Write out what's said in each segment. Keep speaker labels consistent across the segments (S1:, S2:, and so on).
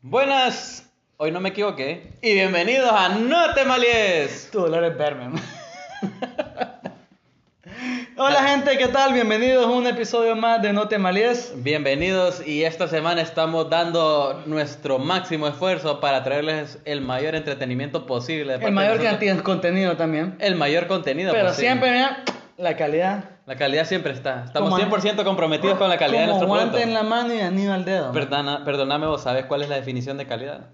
S1: Buenas, hoy no me equivoqué. Y bienvenidos a No te malies.
S2: Tu dolor es verme. man. Hola gente, ¿qué tal? Bienvenidos a un episodio más de No te malies.
S1: Bienvenidos y esta semana estamos dando nuestro máximo esfuerzo para traerles el mayor entretenimiento posible. de parte
S2: El
S1: de
S2: mayor
S1: nosotros.
S2: cantidad de contenido también.
S1: El mayor contenido. pues,
S2: Pero
S1: posible.
S2: siempre, mira, la calidad.
S1: La calidad siempre está. Estamos
S2: Como-
S1: 100% comprometidos con la calidad de
S2: Como
S1: nuestro
S2: guante
S1: producto.
S2: en la mano y anillo al dedo. man.
S1: Perdona- perdóname, vos sabes cuál es la definición de calidad.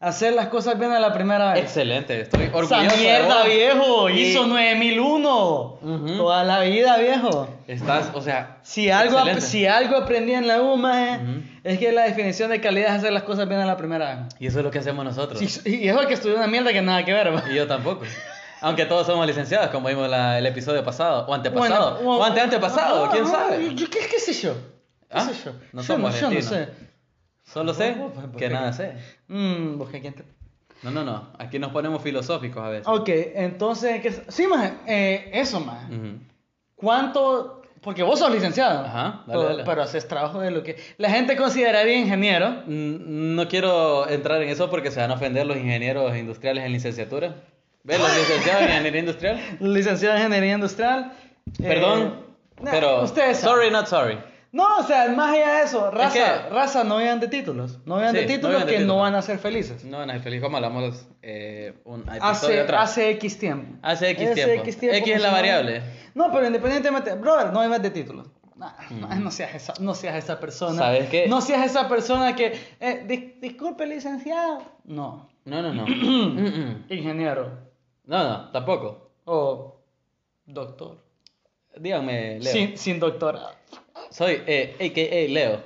S2: Hacer las cosas bien a la primera vez.
S1: Excelente, estoy orgulloso.
S2: Esa
S1: de
S2: mierda,
S1: vos.
S2: viejo.
S1: Y-
S2: Hizo 9001.
S1: Ujú.
S2: Toda la vida, viejo.
S1: Estás, o sea,
S2: Si algo, ap-
S1: excelente.
S2: si algo aprendí en la UMA
S1: Ujú.
S2: es que la definición de calidad es hacer las cosas bien a la primera vez.
S1: Y eso es lo que hacemos nosotros.
S2: Sí, Y, y eso que estudió una mierda que nada que ver, man.
S1: Y yo tampoco. Aunque todos somos licenciados, como vimos la- el episodio pasado, o antepasado,
S2: Bueno,
S1: o ante antepasado,
S2: ah,
S1: quién
S2: ah,
S1: sabe.
S2: Yo, ¿qué, qué sé yo? ¿Qué
S1: Ah,
S2: sé yo?
S1: no
S2: Yo
S1: somos
S2: yo no
S1: argentinos.
S2: sé.
S1: Solo sé
S2: Oh, pues,
S1: que
S2: pues,
S1: nada
S2: pues.
S1: sé.
S2: Mm, busqué quién te...
S1: No, no, no. Aquí nos ponemos filosóficos a veces.
S2: Ok, entonces, ¿qué... sí, más, eh, eso más.
S1: Ujú.
S2: ¿Cuánto? Porque vos sos licenciado.
S1: Ajá, dale,
S2: pero,
S1: dale.
S2: pero haces trabajo de lo que la gente consideraría ingeniero.
S1: Mm, No quiero entrar en eso porque se van a ofender los ingenieros industriales en licenciatura. ¿Ves? Los licenciados en ingeniería industrial.
S2: Eh, Licenciado en ingeniería industrial. eh,
S1: Perdón,
S2: nah,
S1: pero.
S2: Ustedes saben.
S1: sorry, not sorry.
S2: No, o sea, más allá de eso, raza,
S1: que-
S2: raza, no vean de títulos. No vean
S1: Sí,
S2: de
S1: no
S2: títulos
S1: vean de
S2: que
S1: títulos.
S2: no van a ser felices.
S1: No, Ana, feliz como hablamos eh, un episodio
S2: Hace,
S1: atrás.
S2: hace X tiempo.
S1: Hace X tiempo. X es la
S2: no-
S1: variable.
S2: No, pero independientemente, brother, no hay más de títulos. Nah, nah, No, seas esa, no seas esa persona.
S1: Mm. ¿Sabes qué?
S2: No seas esa persona que. eh, dis- disculpe, licenciado. No.
S1: No, no, no. Mm, mm.
S2: Ingeniero.
S1: no, no, tampoco.
S2: O doctor.
S1: Díganme, Leo.
S2: Sin, sin doctorado.
S1: Soy eh, AKA Leo.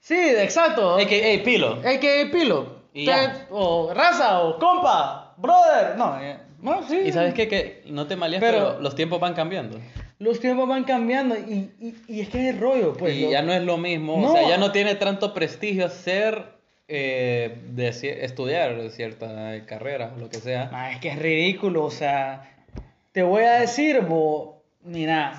S2: Sí, exacto.
S1: AKA Pilo.
S2: que pilo.
S1: Y
S2: Te-
S1: ya.
S2: o raza, o compa, brother. No, eh, no, sí.
S1: Y sabes qué? que no te malías, pero,
S2: Pero-
S1: los tiempos van cambiando.
S2: Los tiempos van cambiando y, y, y es que es rollo, pues.
S1: y
S2: lo-
S1: ya no es lo mismo. O
S2: No.
S1: sea, ya no tiene tanto prestigio ser, eh, de cier- estudiar cierta carrera o lo que sea.
S2: Ma, es que es ridículo, o sea, te voy a decir, bo, mira,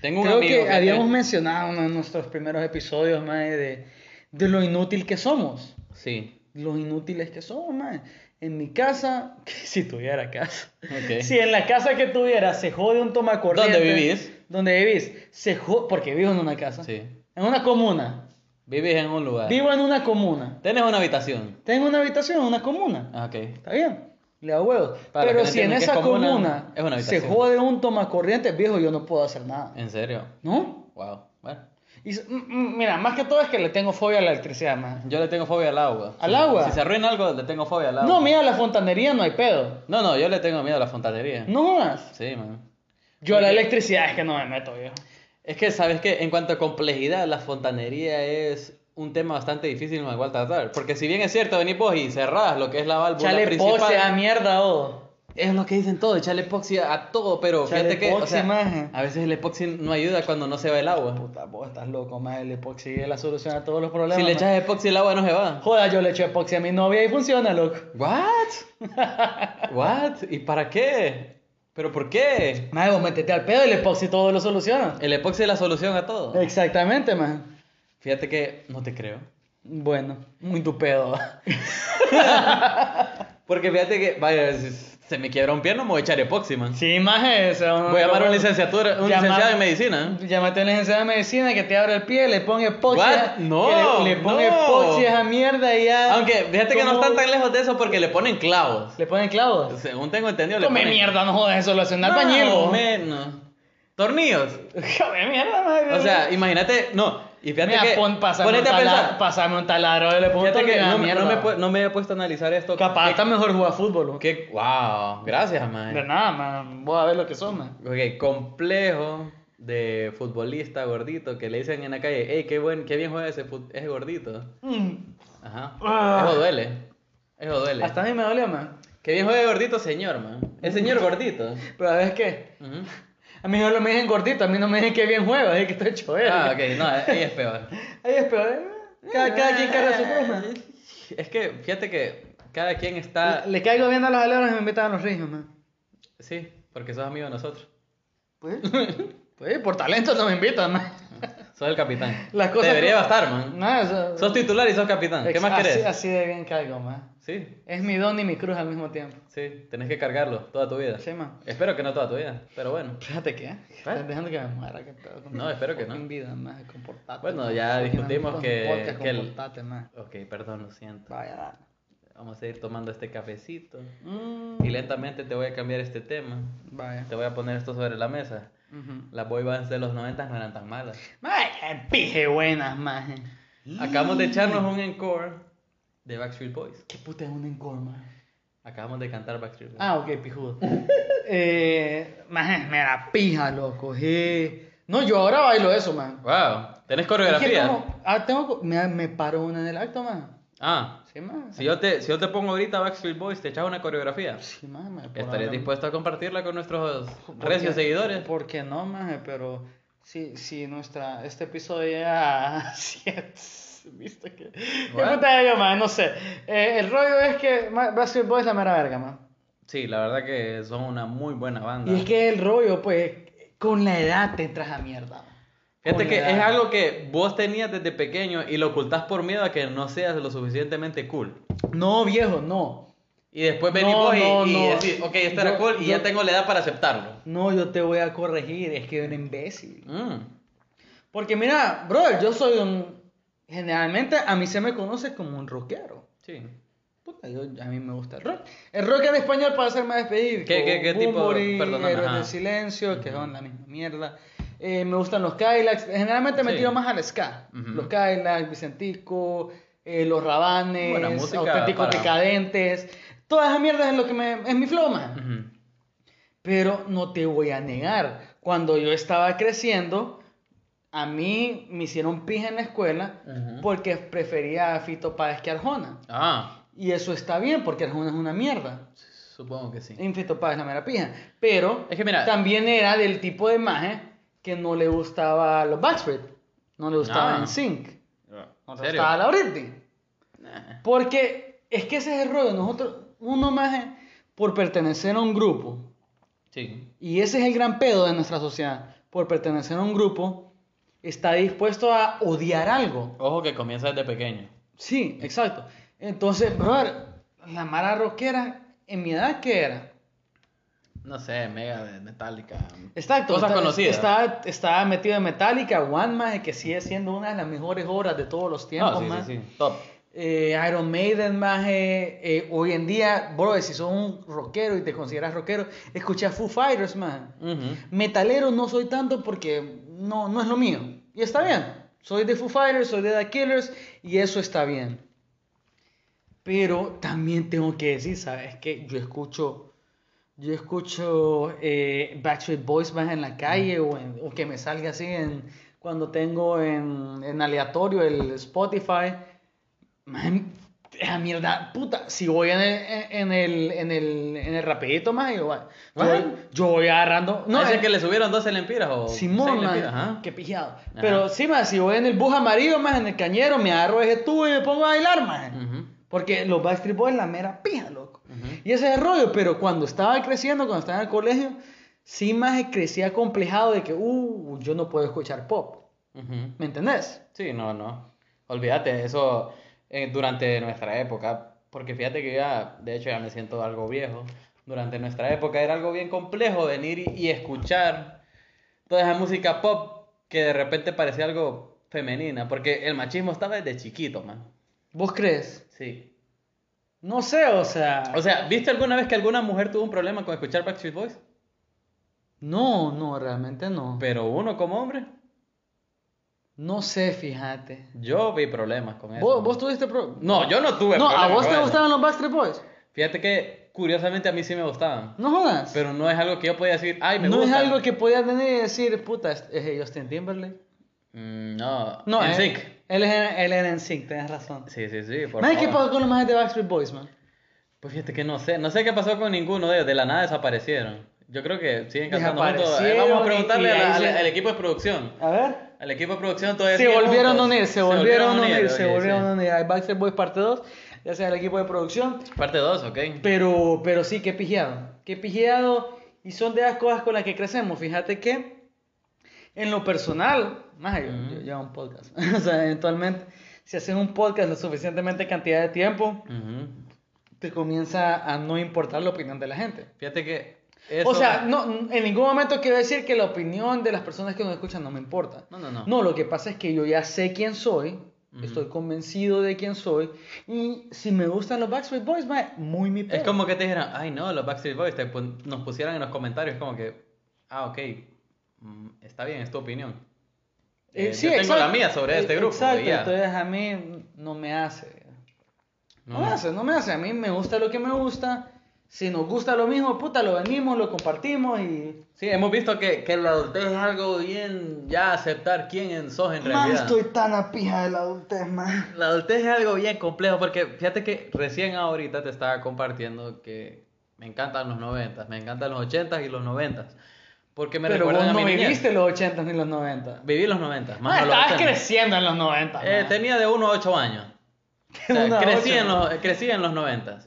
S1: Tengo un
S2: creo
S1: amigo.
S2: que
S1: fíjate,
S2: habíamos mencionado en uno de nuestros primeros episodios, mae, de, de lo inútil que somos,
S1: Sí.
S2: lo inútiles que somos, mae. En mi casa, que si tuviera casa,
S1: Ok.
S2: si en la casa que tuviera se jode un tomacorriente.
S1: ¿Dónde vivís?
S2: Donde vivís, se jode, porque vivo en una casa,
S1: Sí.
S2: en una comuna,
S1: Vives en un lugar.
S2: vivo en una comuna,
S1: Tienes una habitación.
S2: tengo una habitación en una comuna.
S1: Ah, ok.
S2: Está bien, le da huevos.
S1: Para que
S2: Pero
S1: no
S2: si en
S1: entiendan que
S2: esa
S1: es como una-
S2: comuna
S1: es una
S2: se
S1: habitación.
S2: jode un tomacorriente, viejo, yo no puedo hacer nada.
S1: En serio.
S2: ¿No?
S1: Wow. Bueno.
S2: Y s- m- m- mira, más que todo es que le tengo fobia a la electricidad, man.
S1: Yo le tengo fobia al agua.
S2: ¿Al
S1: Si-
S2: agua?
S1: Si se arruina algo, le tengo fobia al agua.
S2: No, mira, a la fontanería no hay pedo.
S1: No, no, yo le tengo miedo a la fontanería.
S2: No jodas.
S1: Sí, man.
S2: Yo a la electricidad es que no me meto, viejo.
S1: Es que, ¿sabes qué? En cuanto a complejidad, la fontanería es un tema bastante difícil en el cual tratar. Porque si bien es cierto, venís vos y cerrás lo que es la válvula
S2: Chale
S1: principal.
S2: pose a mierda, oh.
S1: Es lo que dicen todos, echarle epoxi a todo, pero
S2: Echarle
S1: fíjate que o
S2: epoxi,
S1: sea,
S2: maje.
S1: a veces el epoxi no ayuda cuando no se va el agua.
S2: Puta, vos estás loco, más el epoxi es la solución a todos los problemas.
S1: Si le
S2: man.
S1: echas epoxi el agua no se va.
S2: Joda, yo le echo epoxi a mi novia y funciona, loco.
S1: ¿What? ¿What? ¿Y para qué? ¿Pero por qué?
S2: Mae, vos metete al pedo y el epoxi todo lo soluciona.
S1: El epoxi es la solución a todo.
S2: Exactamente, man.
S1: Fíjate que no te creo.
S2: Bueno, muy tu pedo.
S1: Porque fíjate que, vaya, si se me quiebra un pie, no me voy a echar epoxi, man.
S2: Sí, más eso.
S1: Voy a llamar a un licenciatura, un
S2: Llama-
S1: licenciado en medicina.
S2: Llámate a un licenciado de medicina que te abra el pie, le ponga epoxi.
S1: What?
S2: a-
S1: No,
S2: que Le, le ponga
S1: no.
S2: epoxi a esa mierda y ya.
S1: Aunque fíjate que no
S2: ¿Cómo?
S1: están tan lejos de eso porque le ponen clavos.
S2: Le ponen clavos.
S1: Según tengo entendido, le
S2: Come
S1: ponen.
S2: mierda, no jodas eso, lo hace un
S1: Más
S2: albañil.
S1: o
S2: vos.
S1: menos. Tornillos.
S2: Come mierda, madre.
S1: O sea, imagínate, no. Y fíjate
S2: Eh. Mira,
S1: que.
S2: pon, pásame,
S1: ponete
S2: un
S1: a
S2: taladro,
S1: pensar.
S2: pásame un taladro, le pongo un
S1: Fíjate que
S2: tornillo
S1: no, me-
S2: a la
S1: no me,
S2: mierda.
S1: pu- no me he puesto a analizar esto.
S2: Capaz
S1: Que-
S2: está mejor jugar fútbol. vos.
S1: que- wow, gracias,
S2: De
S1: man.
S2: nada, man. Vos a ver lo que son, man.
S1: Ok, complejo de futbolista gordito que le dicen en la calle, hey, qué, buen, qué bien juega ese, fut- ese gordito.
S2: Mm.
S1: Ajá.
S2: Ah.
S1: Eso duele. Eso duele.
S2: Hasta a mí me dolió, man.
S1: Que bien juega gordito, señor, man. El señor gordito.
S2: Pero a ver qué.
S1: Ujú.
S2: A mí solo me dicen gordito, a mí no me dicen que bien juego, es que estoy hecho verga.
S1: Ah, ok, Ah, no, ella es peor.
S2: Ahí es peor, ¿eh? Cada, cada quien carga su cruz, man.
S1: Es que, fíjate que cada quien está.
S2: Le, le caigo bien a las aleros y me invitan a los ríos, man.
S1: Sí, porque sos amigo de nosotros.
S2: Pues, pues por talento no me invitan, man.
S1: Sos el capitán.
S2: Las
S1: Te
S2: cosas
S1: debería
S2: como-
S1: bastar, man.
S2: No, eso-
S1: Sos titular y sos capitán. ¿Qué
S2: Ex-
S1: más
S2: así-
S1: querés?
S2: Así de bien caigo, man.
S1: Sí,
S2: Es mi don y mi cruz al mismo tiempo.
S1: sí. Tenés que cargarlo toda tu vida.
S2: Sí, man.
S1: Espero que no toda tu vida, pero bueno.
S2: Fíjate que, estás dejando que me muera, qué pedo. con
S1: No,
S2: tu
S1: espero que no.
S2: fucking vida, man, comportate,
S1: Bueno,
S2: man.
S1: ya
S2: Fucking
S1: discutimos
S2: amigos,
S1: que-
S2: podcast,
S1: que el-
S2: comportate, man.
S1: Ok, perdón, lo siento.
S2: Vaya, dale.
S1: Vamos a ir tomando este cafecito.
S2: Mm,
S1: Y lentamente te voy a cambiar este tema.
S2: Vaya.
S1: Te voy a poner esto sobre la mesa.
S2: Ujú.
S1: Las boy bands de los 90 no eran tan malas.
S2: Mae, qué pije buenas, man.
S1: Acabamos
S2: Mm.
S1: de echarnos un encore de Backstreet Boys.
S2: Qué puta es un encore, man.
S1: Acabamos de cantar Backstreet Boys.
S2: Ah, ok, pijudo. eh, man, me da pija, loco. eh. No, yo ahora bailo eso, man.
S1: Wow, ¿tenés
S2: Es que
S1: coreografía?
S2: como- ah, tengo, co- me, me paro una en el acto, man.
S1: Ah,
S2: Sí, man.
S1: si yo, te, si yo te pongo ahorita Backstreet Boys, te echas una coreografía.
S2: Sí, man, me puedo
S1: ¿Estarías
S2: hablar-
S1: dispuesto a compartirla con nuestros
S2: ¿Por
S1: recios
S2: qué-
S1: seguidores?
S2: ¿Por qué no, maje? Pero si, si nuestra, este episodio llega a 100, ¿viste que? ¿Qué
S1: Bueno.
S2: puta yo, maje? No sé. Eh, el rollo es que ma- Backstreet Boys es la mera verga, man.
S1: Sí, la verdad que son una muy buena banda.
S2: Y es que el rollo, pues, con la edad te entras a mierda. man.
S1: Fíjate
S2: Con
S1: que
S2: la
S1: es
S2: edad.
S1: algo que vos tenías desde pequeño y lo ocultás por miedo a que no seas lo suficientemente cool.
S2: No, viejo, no.
S1: Y después
S2: No,
S1: venís vos y,
S2: no,
S1: y
S2: no.
S1: decís, ok, esto era
S2: Yo-
S1: cool y
S2: yo-
S1: ya tengo la edad para aceptarlo.
S2: No, yo te voy a corregir, es que eres imbécil.
S1: Mm,
S2: Porque mira, bro, yo soy un... Generalmente a mí se me conoce como un rockero.
S1: sí.
S2: Puta, yo, a mí me gusta el rock. El rock en español para hacerme despedir.
S1: ¿Qué- qué- qué tipo?
S2: Bunbury,
S1: Perdóname,
S2: Héroes
S1: ajá.
S2: del Silencio, que son la misma mierda. Eh, me gustan los Kylax. Generalmente me
S1: Sí.
S2: tiro más al ska.
S1: Ujú.
S2: Los Kylax, Vicentico, eh, los Rabanes,
S1: Buena música
S2: Auténticos
S1: para-
S2: Decadentes. Todas esas mierdas es lo que me, es mi flow, man.
S1: Ujú.
S2: Pero no te voy a negar, cuando yo estaba creciendo, a mí me hicieron pija en la escuela
S1: Ujú.
S2: porque prefería a Fito Páez que a Arjona.
S1: Ah,
S2: Y eso está bien, porque Arjona es una mierda.
S1: supongo que sí.
S2: En Fito Páez la mera pija. Pero
S1: Es que mira-
S2: también era del tipo de maje que no le gustaba a los Backstreet. No le gustaba
S1: Ah.
S2: en Sync.
S1: ¿En
S2: No le
S1: serio?
S2: gustaba la Britney.
S1: Nah.
S2: Porque es que ese es el rollo. Nosotros, uno maje, por pertenecer a un grupo,
S1: Sí.
S2: y ese es el gran pedo de nuestra sociedad, por pertenecer a un grupo, está dispuesto a odiar algo.
S1: Ojo que comienza desde pequeño.
S2: Sí, exacto. Entonces, brother, la mara rockera, ¿en mi edad qué era?
S1: No sé, Mega de Metallica.
S2: Exacto.
S1: Cosas
S2: está-
S1: conocidas.
S2: Estaba, estaba metido en Metallica, One Maje, que sigue siendo una de las mejores obras de todos los
S1: No,
S2: tiempos,
S1: Ah, sí, sí,
S2: maje.
S1: sí. Top.
S2: Eh, Iron Maiden, Maje. eh, hoy en día, brother, si sos un rockero y te consideras rockero, escucha Foo Fighters, Maje.
S1: Ujú.
S2: Metalero no soy tanto porque no, no es lo mío. Y está bien. Soy de Foo Fighters, soy de The Killers y eso está bien. Pero también tengo que decir, ¿sabes? Que yo escucho, yo escucho eh, Backstreet Boys más en la calle o, en- o que me salga así en, cuando tengo en, en aleatorio el Spotify. Man, esa mierda, puta, si voy en el, en el, en el, en el rapidito más, yo, voy-
S1: Ajá.
S2: yo, yo voy agarrando.
S1: No,
S2: No,
S1: es
S2: eh,
S1: que le subieron 12 lempiras o
S2: Simón,
S1: seis
S2: man,
S1: lempiras, ajá.
S2: qué pijado. Pero sí, man, si voy en el bus amarillo, más en el cañero, me agarro ese tubo y me pongo a bailar, man.
S1: Ujú.
S2: Porque los Backstreet Boys la mera pija, loco.
S1: Ujú.
S2: Y ese es el rollo, pero cuando estaba creciendo, cuando estaba en el colegio, sí más crecía complejado de que, uh, yo no puedo escuchar pop.
S1: Ujú.
S2: ¿Me entendés?
S1: Sí, no, no. Olvídate, eso eh, durante nuestra época, porque fíjate que ya, de hecho ya me siento algo viejo, durante nuestra época era algo bien complejo venir y, y escuchar toda esa música pop que de repente parecía algo femenina, porque el machismo estaba desde chiquito, man.
S2: ¿Vos crees?
S1: Sí.
S2: No sé, o sea.
S1: O sea, ¿viste alguna vez que alguna mujer tuvo un problema con escuchar Backstreet Boys?
S2: no, no, realmente no.
S1: Pero uno como hombre,
S2: No sé, fíjate.
S1: yo vi problemas con eso.
S2: ¿Vos,
S1: man.
S2: vos tuviste pro-
S1: No, yo no tuve
S2: No, ¿a
S1: problemas
S2: vos
S1: con
S2: te
S1: eso.
S2: gustaban los Backstreet Boys?
S1: Fíjate que, curiosamente, a mí sí me gustaban.
S2: No jodas.
S1: Pero no es algo que yo podía decir, ay, me
S2: no
S1: gusta.
S2: es algo que podías tener y decir, puta, es, es Justin Timberlake.
S1: Mm, no,
S2: No,
S1: en
S2: eh,
S1: sync.
S2: Él, es, él era en sync, tenés razón.
S1: Sí, sí, sí, por
S2: Man, ¿qué
S1: favor.
S2: pasó con los más de Backstreet Boys, man?
S1: Pues fíjate que no sé, no sé qué pasó con ninguno de ellos, de la nada desaparecieron. Yo creo que siguen cantando juntos. Eh,
S2: Desaparecieron
S1: Vamos a preguntarle
S2: y- y
S1: a la-
S2: ahí
S1: a la-
S2: se-
S1: al equipo de producción.
S2: A ver.
S1: Al equipo de producción todavía
S2: Se
S1: siguen
S2: volvieron a
S1: juntos.
S2: unir, se volvieron a unir, se
S1: oye,
S2: volvieron
S1: sí.
S2: a unir. Hay Backstreet Boys parte 2, ya sea el equipo de producción.
S1: Parte 2, ok.
S2: Pero, pero sí, qué pijeado. Qué pijeado. Y son de las cosas con las que crecemos. Fíjate que En lo personal, más yo,
S1: Ujú.
S2: yo- yo hago un podcast. o sea, eventualmente, si haces un podcast la suficientemente cantidad de tiempo,
S1: Ujú.
S2: te comienza a no importar la opinión de la gente.
S1: Fíjate que. eso-
S2: o sea, no, en ningún momento quiero decir que la opinión de las personas que nos escuchan no me importa.
S1: No, no, no.
S2: No, lo que pasa es que yo ya sé quién soy,
S1: Ujú.
S2: estoy convencido de quién soy, y si me gustan los Backstreet Boys, mae, muy mi
S1: Es
S2: pedo.
S1: como que te dijeran, ay no, los Backstreet Boys te pon- nos pusieran en los comentarios como que, ah, ok, mm, está bien, es tu opinión.
S2: Eh,
S1: Eh,
S2: sí,
S1: yo tengo
S2: exacto.
S1: la mía sobre
S2: Eh,
S1: este grupo.
S2: Exacto,
S1: y ya.
S2: entonces a mí no me hace. No,
S1: No.
S2: me hace, no me hace. A mí me gusta lo que me gusta. Si nos gusta lo mismo, puta, lo venimos, lo compartimos y...
S1: Sí, hemos visto que, que la adultez es algo bien ya aceptar quién sos en
S2: Man,
S1: realidad.
S2: estoy tan a pija de la adultez, man.
S1: La adultez es algo bien complejo porque fíjate que recién ahorita te estaba compartiendo que me encantan los noventas, me encantan los ochentas y los noventas. Porque me
S2: Pero vos
S1: recuerdan a
S2: no
S1: mi niñez.
S2: viviste los 80 ni los 90.
S1: Viví los noventas, más
S2: Ah,
S1: no los
S2: estabas
S1: 80.
S2: creciendo en los 90.
S1: Eh,
S2: man.
S1: tenía de 1 a 8 años. O sea,
S2: Una
S1: crecí,
S2: ocho.
S1: en los, eh, crecí en los 90.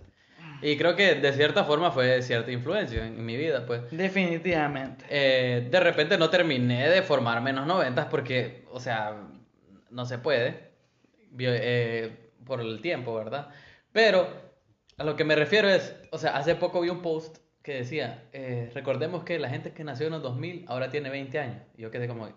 S1: Y creo que de cierta forma fue cierta influencia en, en mi vida, pues.
S2: Definitivamente.
S1: Eh, de repente no terminé de formarme en los 90 porque, o sea, no se puede bio- eh, por el tiempo, ¿verdad? Pero a lo que me refiero es, o sea, hace poco vi un post que decía, eh, recordemos que la gente que nació en los 2000 ahora tiene 20 años. Y yo quedé como,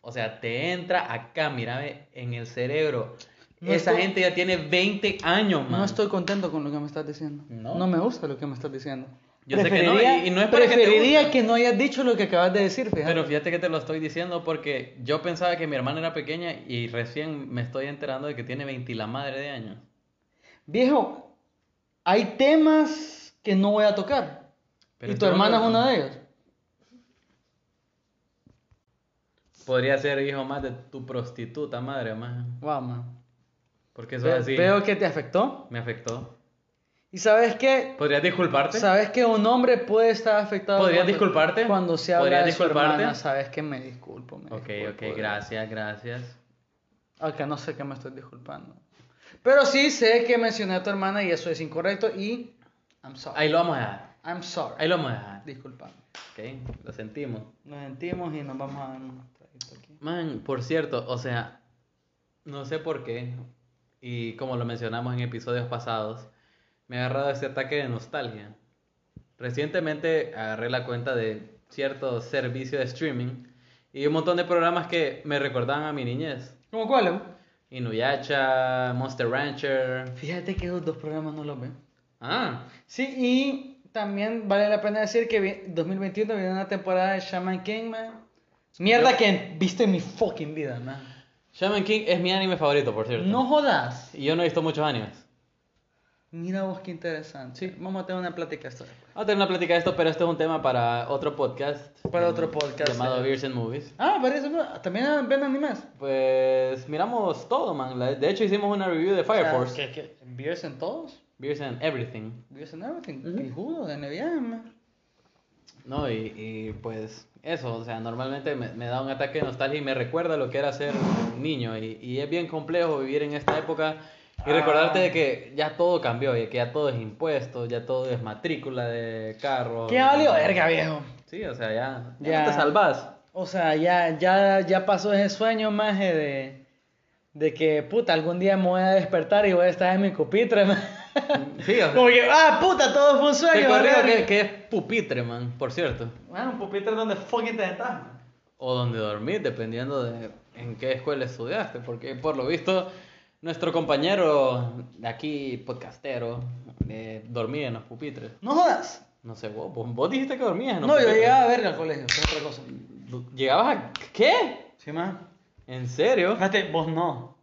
S1: o sea, te entra acá, mírame, en el cerebro.
S2: No
S1: Esa
S2: estoy-
S1: gente ya tiene 20 años, man.
S2: No estoy contento con lo que me estás diciendo.
S1: No.
S2: me gusta lo que me estás diciendo.
S1: Yo sé que no, y- y no es para que te
S2: preferiría
S1: guste.
S2: que, no hayas dicho lo que acabas de decir, fíjate.
S1: Pero fíjate que te lo estoy diciendo porque yo pensaba que mi hermana era pequeña y recién me estoy enterando de que tiene 20 y la madre de años.
S2: Viejo, hay temas que no voy a tocar.
S1: Pero
S2: y tu
S1: este
S2: hermana es
S1: hombre-
S2: una de ellas.
S1: Podría ser hijo más de tu prostituta madre, más.
S2: Wow, man.
S1: Porque eso
S2: Ve-
S1: es así.
S2: Veo que te afectó.
S1: Me afectó.
S2: ¿Y sabes qué?
S1: ¿Podrías disculparte?
S2: Sabes que un hombre puede estar afectado
S1: ¿Podrías
S2: cuando-
S1: disculparte?
S2: cuando se habla
S1: ¿Podrías
S2: de su
S1: disculparte?
S2: hermana. Sabes que me disculpo. Me
S1: Ok,
S2: disculpo,
S1: ok,
S2: de-
S1: gracias, gracias.
S2: Aunque no sé qué me estoy disculpando. Pero sí sé que mencioné a tu hermana y eso es incorrecto y I'm sorry.
S1: Ahí lo vamos a dejar.
S2: I'm sorry.
S1: Ahí lo vamos a dejar.
S2: Disculpame.
S1: Ok, lo sentimos.
S2: Nos sentimos y nos vamos a dar un traguito aquí.
S1: Man, por cierto, o sea, no sé por qué, y como lo mencionamos en episodios pasados, me ha agarrado este ataque de nostalgia. Recientemente agarré la cuenta de cierto servicio de streaming y un montón de programas que me recordaban a mi niñez.
S2: ¿Cómo cuál? eh?
S1: Inuyasha, Monster Rancher.
S2: Fíjate que esos dos programas no los ven.
S1: Ah,
S2: Sí, y también vale la pena decir que vi- 2021 viene una temporada de Shaman King, man. Mierda
S1: Yo-
S2: que viste en mi fucking vida, man.
S1: Shaman King es mi anime favorito, por cierto.
S2: No jodas.
S1: Y yo no he visto muchos animes.
S2: Mira vos qué interesante. Sí, vamos a tener una plática sobre
S1: Vamos a tener una plática de esto, pero esto es un tema para otro podcast. Em,
S2: Para otro podcast,
S1: Llamado
S2: eh.
S1: Beers and Movies.
S2: Ah, parece que también ven animes.
S1: Pues miramos todo, man. La- De hecho, hicimos una review de Fire Force.
S2: ¿Qué, qué? ¿Beers en todos?
S1: Beers and Everything.
S2: ¿Beers en everything?
S1: Ujú.
S2: El judo de NBA, man.
S1: No, y, y, pues eso, o sea, normalmente me, me da un ataque de nostalgia y me recuerda lo que era ser niño. Y, y es bien complejo vivir en esta época y
S2: Ah.
S1: recordarte de que ya todo cambió, y que ya todo es impuesto, ya todo es matrícula de carro.
S2: ¿Qué valió verga, viejo?
S1: Sí, o sea, ya, ya
S2: Ya.
S1: no te salvas.
S2: O sea, ya, ya, ya pasó ese sueño, maje, de, de que, puta, algún día me voy a despertar y voy a estar en mi cupitre, maje.
S1: Sí, o sea,
S2: Como que, ah, puta, todo fue un
S1: te
S2: sueño,
S1: corrijo
S2: verga.
S1: que, que es pupitre, man, por cierto.
S2: Bueno, un pupitre donde fucking te estás, man.
S1: o donde dormir, dependiendo de en qué escuela estudiaste, porque por lo visto nuestro compañero de aquí, podcastero, eh, dormía en los pupitres.
S2: No jodas.
S1: No sé, vos, vos, vos dijiste que dormías en
S2: No,
S1: los
S2: yo
S1: pupitres.
S2: llegaba a verga al colegio, es otra cosa.
S1: ¿Llegabas a qué?
S2: ¿Sí, man?
S1: ¿En serio?
S2: Fíjate, vos no.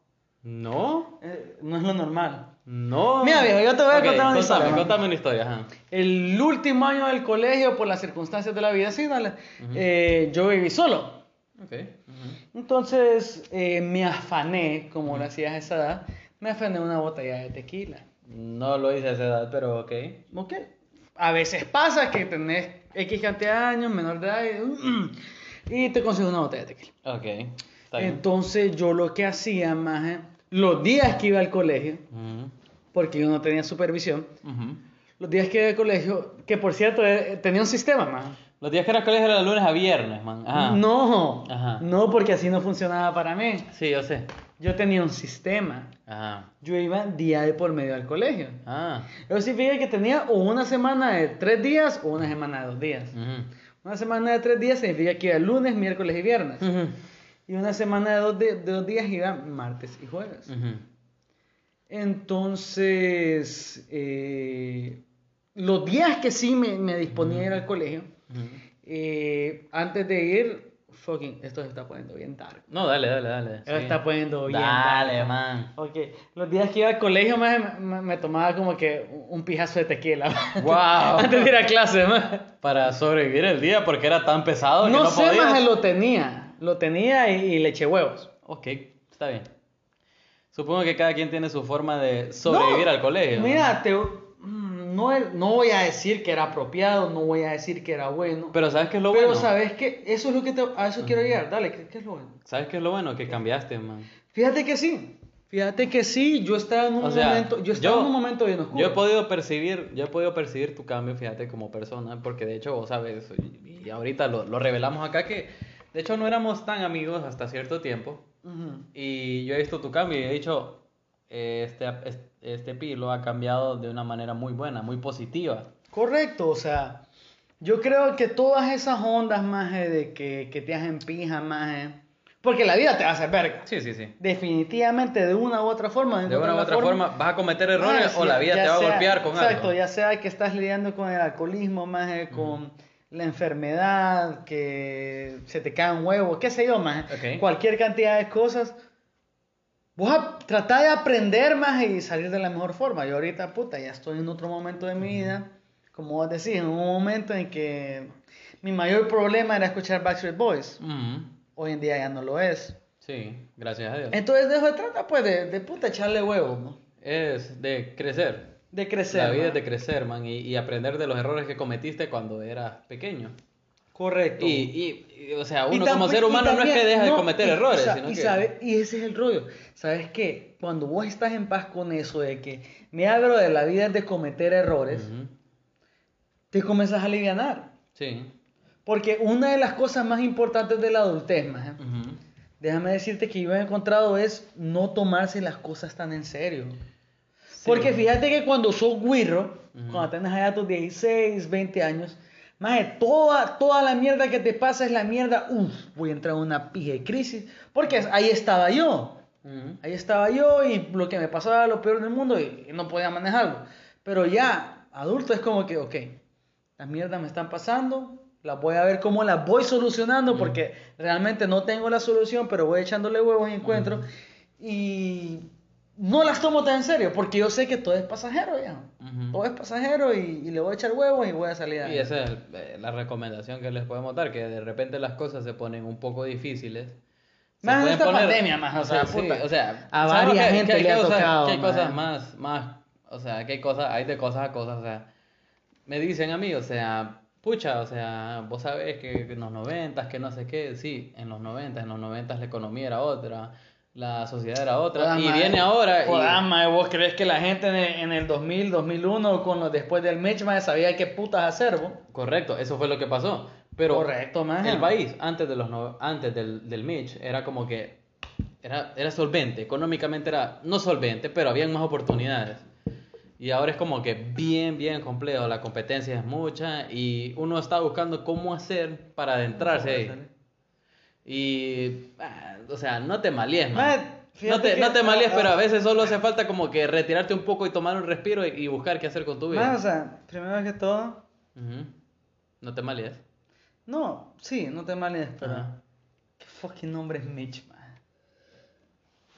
S1: No,
S2: Eh, no es lo normal.
S1: no.
S2: Mira, viejo, yo te voy a
S1: Ok,
S2: contar una
S1: contame,
S2: historia, man.
S1: Contame una historia, ajá.
S2: El último año del colegio, por las circunstancias de la vida, sí, dale, eh, yo viví solo.
S1: Ok. ujú.
S2: Entonces eh, me afané, como lo hacías a esa edad, me afané una botella de tequila.
S1: No lo hice a esa edad, pero ok.
S2: ¿Ok? A veces pasa que tenés X cantidad de años, menor de edad, mm, y, y te consigues una botella de tequila.
S1: Ok. Está bien.
S2: Entonces yo lo que hacía, más eh, los días que iba al colegio,
S1: Ujú,
S2: porque yo no tenía supervisión,
S1: ujú.
S2: los días que iba al colegio, que por cierto eh, tenía un sistema, más.
S1: Los días que era colegio era de lunes a viernes, man. Ajá.
S2: No,
S1: Ajá.
S2: no porque así no funcionaba para mí.
S1: Sí, yo sé.
S2: Yo tenía un sistema.
S1: Ajá.
S2: Yo iba día de por medio al colegio.
S1: Ah.
S2: Eso significa que tenía o una semana de tres días o una semana de dos días.
S1: Ujú.
S2: Una semana de tres días significa que iba lunes, miércoles y viernes.
S1: Ujú.
S2: Y una semana de dos, de- de dos días iba martes y jueves.
S1: Ujú.
S2: Entonces, eh, los días que sí me, me disponía a ir al colegio,
S1: Ujú.
S2: eh, antes de ir, fucking, esto se está poniendo bien tarde.
S1: No, dale, dale, dale.
S2: Esto se
S1: sí.
S2: está poniendo bien
S1: Dale,
S2: dark.
S1: man.
S2: Ok, los días que iba al colegio maje, me, me- me tomaba como que un pijazo de tequila.
S1: Wow.
S2: Antes de ir a clase, maje.
S1: Para sobrevivir el día porque era tan pesado que
S2: No,
S1: no,
S2: sé,
S1: podías.
S2: maje, lo tenía. Lo tenía y, y le eché huevos.
S1: Ok, está bien. Supongo que cada quien tiene su forma de sobrevivir
S2: No,
S1: al colegio. ¿no?
S2: Mira, te- mm, no, er- no voy a decir que era apropiado, no voy a decir que era bueno. Pero,
S1: Pero ¿sabes qué es lo bueno?
S2: sabes que eso es lo que te, a eso quiero llegar. Dale, ¿qué, qué es lo bueno?
S1: ¿Sabes qué es lo bueno? Que cambiaste, man.
S2: Fíjate que sí. Fíjate que sí, yo estaba en un
S1: O sea,
S2: momento, yo estaba
S1: yo-
S2: en un momento bien oscuro.
S1: Yo he podido percibir, yo he podido percibir tu cambio, fíjate, como persona, porque de hecho, vos sabes, y ahorita lo, lo revelamos acá que de hecho no éramos tan amigos hasta cierto tiempo.
S2: Ujú.
S1: Y yo he visto tu cambio y he dicho, eh, este, este, este Pilo ha cambiado de una manera muy buena, muy positiva.
S2: Correcto, o sea, yo creo que todas esas ondas más eh, de que, que te hacen pija más, eh, porque la vida te va a hacer verga.
S1: Sí, sí, sí.
S2: Definitivamente de una u otra forma.
S1: De una u otra forma, vas a cometer errores
S2: Ah,
S1: o
S2: sí,
S1: la vida
S2: ya
S1: te va a
S2: sea-
S1: golpear con
S2: exacto,
S1: algo.
S2: ya sea que estás lidiando con el alcoholismo, más eh, con la enfermedad, que se te cae un huevo, qué sé yo, más
S1: Ok.
S2: cualquier cantidad de cosas. Vos a tratar de aprender más y salir de la mejor forma. Yo ahorita, puta, ya estoy en otro momento de mi vida, como vos decís, en un momento en que mi mayor problema era escuchar Backstreet Boys.
S1: Ujú.
S2: Hoy en día ya no lo es.
S1: Sí, gracias a Dios.
S2: Entonces, de eso se trata, pues, de, de puta echarle huevo, ¿no?
S1: Es de crecer.
S2: De crecer.
S1: la vida
S2: ¿no?
S1: es de crecer, man, y, y aprender de los errores que cometiste cuando eras pequeño.
S2: Correcto.
S1: Y, y- y, o sea,
S2: Y
S1: uno
S2: tam-
S1: como ser
S2: y
S1: humano no es que
S2: también-
S1: deja de
S2: no,
S1: cometer
S2: y-
S1: errores,
S2: o sea,
S1: sino
S2: y
S1: que...
S2: sabe- y ese es el rollo. ¿Sabes qué? Cuando vos estás en paz con eso de que me abro de la vida es de cometer errores,
S1: Ujú.
S2: te comienzas a aliviar.
S1: Sí.
S2: Porque una de las cosas más importantes de la adultez, maje,
S1: Ujú.
S2: déjame decirte que yo he encontrado es no tomarse las cosas tan en serio.
S1: Sí.
S2: Porque fíjate que cuando sos guirro,
S1: Ujú.
S2: cuando tenés allá tus 16, 20 años, maje, toda, toda la mierda que te pasa es la mierda, uff, voy a entrar en una pija de crisis. Porque ahí estaba yo.
S1: Ujú.
S2: Ahí estaba yo y lo que me pasaba era lo peor del mundo y, y no podía manejarlo. Pero ya, adulto, es como que, ok, las mierdas me están pasando, las voy a ver cómo las voy solucionando porque realmente no tengo la solución, pero voy echándole huevos y encuentro. Y no las tomo tan en serio porque yo sé que todo es pasajero ya.
S1: Ujú.
S2: Todo es pasajero y, y le voy a echar huevos y voy a salir
S1: Y
S2: adelante.
S1: esa es eh, la recomendación que les podemos dar, que de repente las cosas se ponen un poco difíciles. Se
S2: Más en
S1: pueden
S2: esta pandemia, más, o sea,
S1: Sí, sí,
S2: puta.
S1: o sea,
S2: A
S1: sabemos
S2: varias
S1: que-
S2: gente
S1: que hay
S2: le ha
S1: cosas-
S2: tocado,
S1: Que hay
S2: man.
S1: cosas más, más, o sea, que hay cosas, hay de cosas a cosas, o sea, me dicen a mí, o sea, pucha, o sea, vos sabés que en los noventas, que no sé qué, sí, en los noventas, en los noventas la economía era otra, la sociedad era otra,
S2: Jodas,
S1: y
S2: mae.
S1: viene ahora y...
S2: Jodas, mae, ¿vos crees que la gente en el, en el 2000, 2001, con los, después del match, mae, sabía qué putas hacer, vos?
S1: Correcto, eso fue lo que pasó. Pero
S2: Correcto, man.
S1: el país, antes, de los no- antes del, del Mitch, era como que era, era solvente, económicamente era no solvente, pero habían más oportunidades. Y ahora es como que bien, bien complejo, la competencia es mucha y uno está buscando cómo hacer para adentrarse ahí. Y, ah, o sea, no te malíes, man.
S2: Man,
S1: no
S2: fíjate
S1: te,
S2: que-
S1: no te malíes,
S2: ah,
S1: pero
S2: ah.
S1: a veces solo hace falta como que retirarte un poco y tomar un respiro y, y buscar qué hacer con tu vida.
S2: Mae, o sea, primero que todo,
S1: Ujú. No te malíes.
S2: no, sí, no te males, pero.
S1: Ajá.
S2: ¿Qué fucking nombre es Mitch, mae?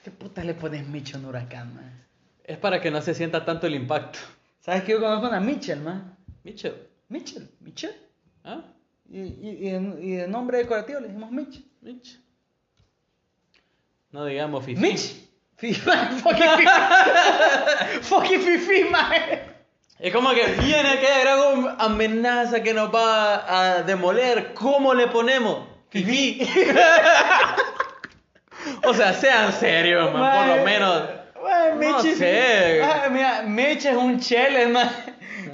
S2: ¿Qué putas le pones Mitch a un huracán, mae?
S1: Es para que no se sienta tanto el impacto.
S2: ¿Sabes que yo conozco a una Mitchell, man?
S1: Mitchell.
S2: Mitchell, Mitchell.
S1: ¿Ah?
S2: Y, y, y, en- y de nombre decorativo le dijimos Mitch.
S1: Mitch. No digamos fifi.
S2: Mitch. Fifi, man, fucking fifi. fucking fifi, man.
S1: Es como que viene aquella gran amenaza que nos va a demoler. ¿Cómo le ponemos? Fifi. o sea, sean serios, man. Por lo menos.
S2: Bueno,
S1: No sé.
S2: mira, Mitch es un chele, man.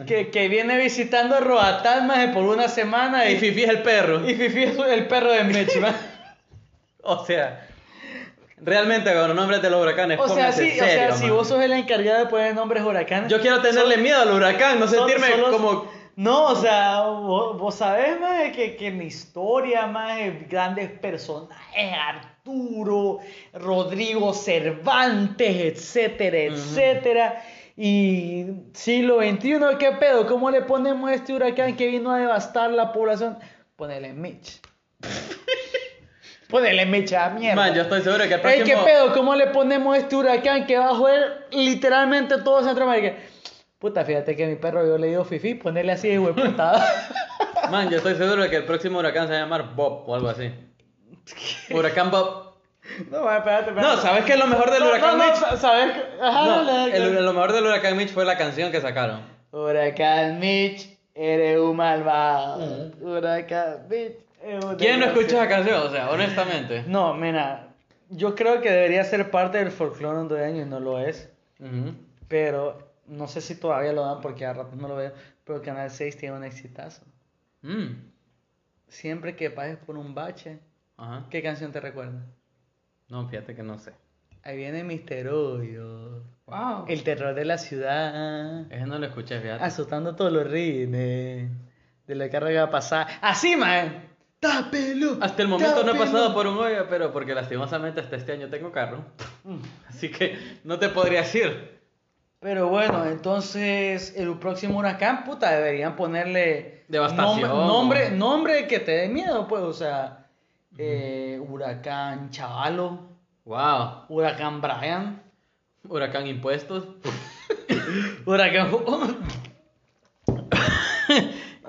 S2: que, que viene visitando a Roatán, maje, por una semana
S1: Y
S2: y,
S1: Fifi es el perro.
S2: y Fifi es el perro de Mechi, maje.
S1: O sea, realmente con los nombres de los huracanes.
S2: O sea,
S1: pónganse
S2: sí, o sea,
S1: serios,
S2: si
S1: man.
S2: vos sos el encargado de poner nombres huracanes.
S1: Yo quiero tenerle miedo al huracán, no
S2: Son-
S1: sentirme
S2: son los-
S1: como.
S2: No, o sea, vos, vos sabés, maje, que, que mi historia, maje, grandes personajes, Arturo, Rodrigo Cervantes, etcétera,
S1: Ujú.
S2: etcétera. Y siglo XXI, ¿qué pedo? ¿Cómo le ponemos a este huracán que vino a devastar la población? Ponele Mitch. Ponele Mitch a la mierda.
S1: Man, yo estoy seguro que el
S2: Ey,
S1: próximo.
S2: ¿qué pedo? ¿Cómo le ponemos a este huracán que va a joder literalmente todo Centroamérica? Puta, fíjate que mi perro yo le digo fifi, ponerle así de hueputada.
S1: Man, yo estoy seguro que el próximo huracán se va a llamar Bob o algo así. Huracán Bob.
S2: no, va, espérate,
S1: No, ¿sabes qué es lo mejor del
S2: No,
S1: huracán
S2: no, no,
S1: Mitch?
S2: sa- ¿Sabes? qué? Ajá,
S1: No,
S2: dale, dale.
S1: el- lo mejor del huracán Mitch fue la canción que sacaron.
S2: Huracán Mitch, eres un malvado. Huracán Mitch, eres un
S1: ¿Quién no escuchó
S2: desgraciado.
S1: esa canción? O sea, honestamente.
S2: No, mira, yo creo que debería ser parte del folclore hondureño y no lo es.
S1: Ujú.
S2: Pero no sé si todavía lo dan porque a rato no lo veo. Pero Canal 6 tiene un exitazo.
S1: Mm.
S2: Siempre que pases por un bache,
S1: Ajá.
S2: ¿qué canción te recuerda?
S1: No, fíjate que no sé.
S2: Ahí viene Mister Odio,
S1: Wow.
S2: el terror de la ciudad,
S1: Ese no lo escuché, fíjate.
S2: asustando todos los rines, de lo que ahora va a pasar. ¡Así, man! ¡Tapelo!
S1: Hasta el momento no he pasado por un hoyo, pero porque lastimosamente hasta este año tengo carro. Así que no te podría decir.
S2: Pero bueno, entonces el próximo huracán, puta, deberían ponerle
S1: Devastación.
S2: nom- nombre, nombre que te dé miedo, pues, o sea, eh, huracán Chavalo,
S1: Wow.
S2: huracán Brian,
S1: Huracán impuestos.
S2: huracán...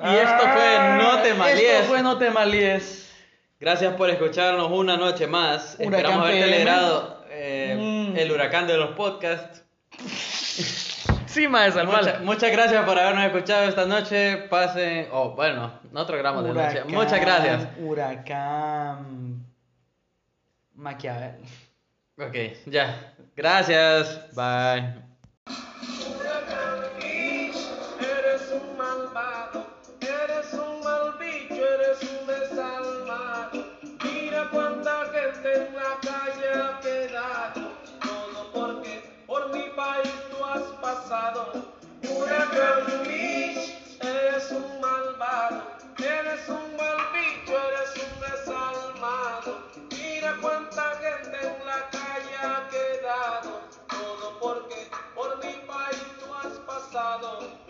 S1: Y esto fue No te malíes.
S2: Ah, Esto fue No te malíes.
S1: Gracias por escucharnos una noche más.
S2: Huracán
S1: Esperamos haberte
S2: PM.
S1: alegrado eh,
S2: Mm.
S1: el huracán de los podcasts.
S2: Sí, mae,
S1: Mucha- muchas gracias por habernos escuchado esta noche. Pasen, oh, bueno, nosotros grabamos de noche. Muchas gracias.
S2: Huracán... Maquiavel.
S1: Ok, ya. Gracias. Bye.
S3: Eres un malvado, eres un mal bicho, eres un desalmado. Mira cuánta gente en la calle ha quedado. Todo porque por mi país tú has pasado. Huracán Mitch, eres un malvado, eres un mal bicho, eres un desalmado. Mira cuánta gente en la calle ha quedado. Todo porque por mi país tú has pasado.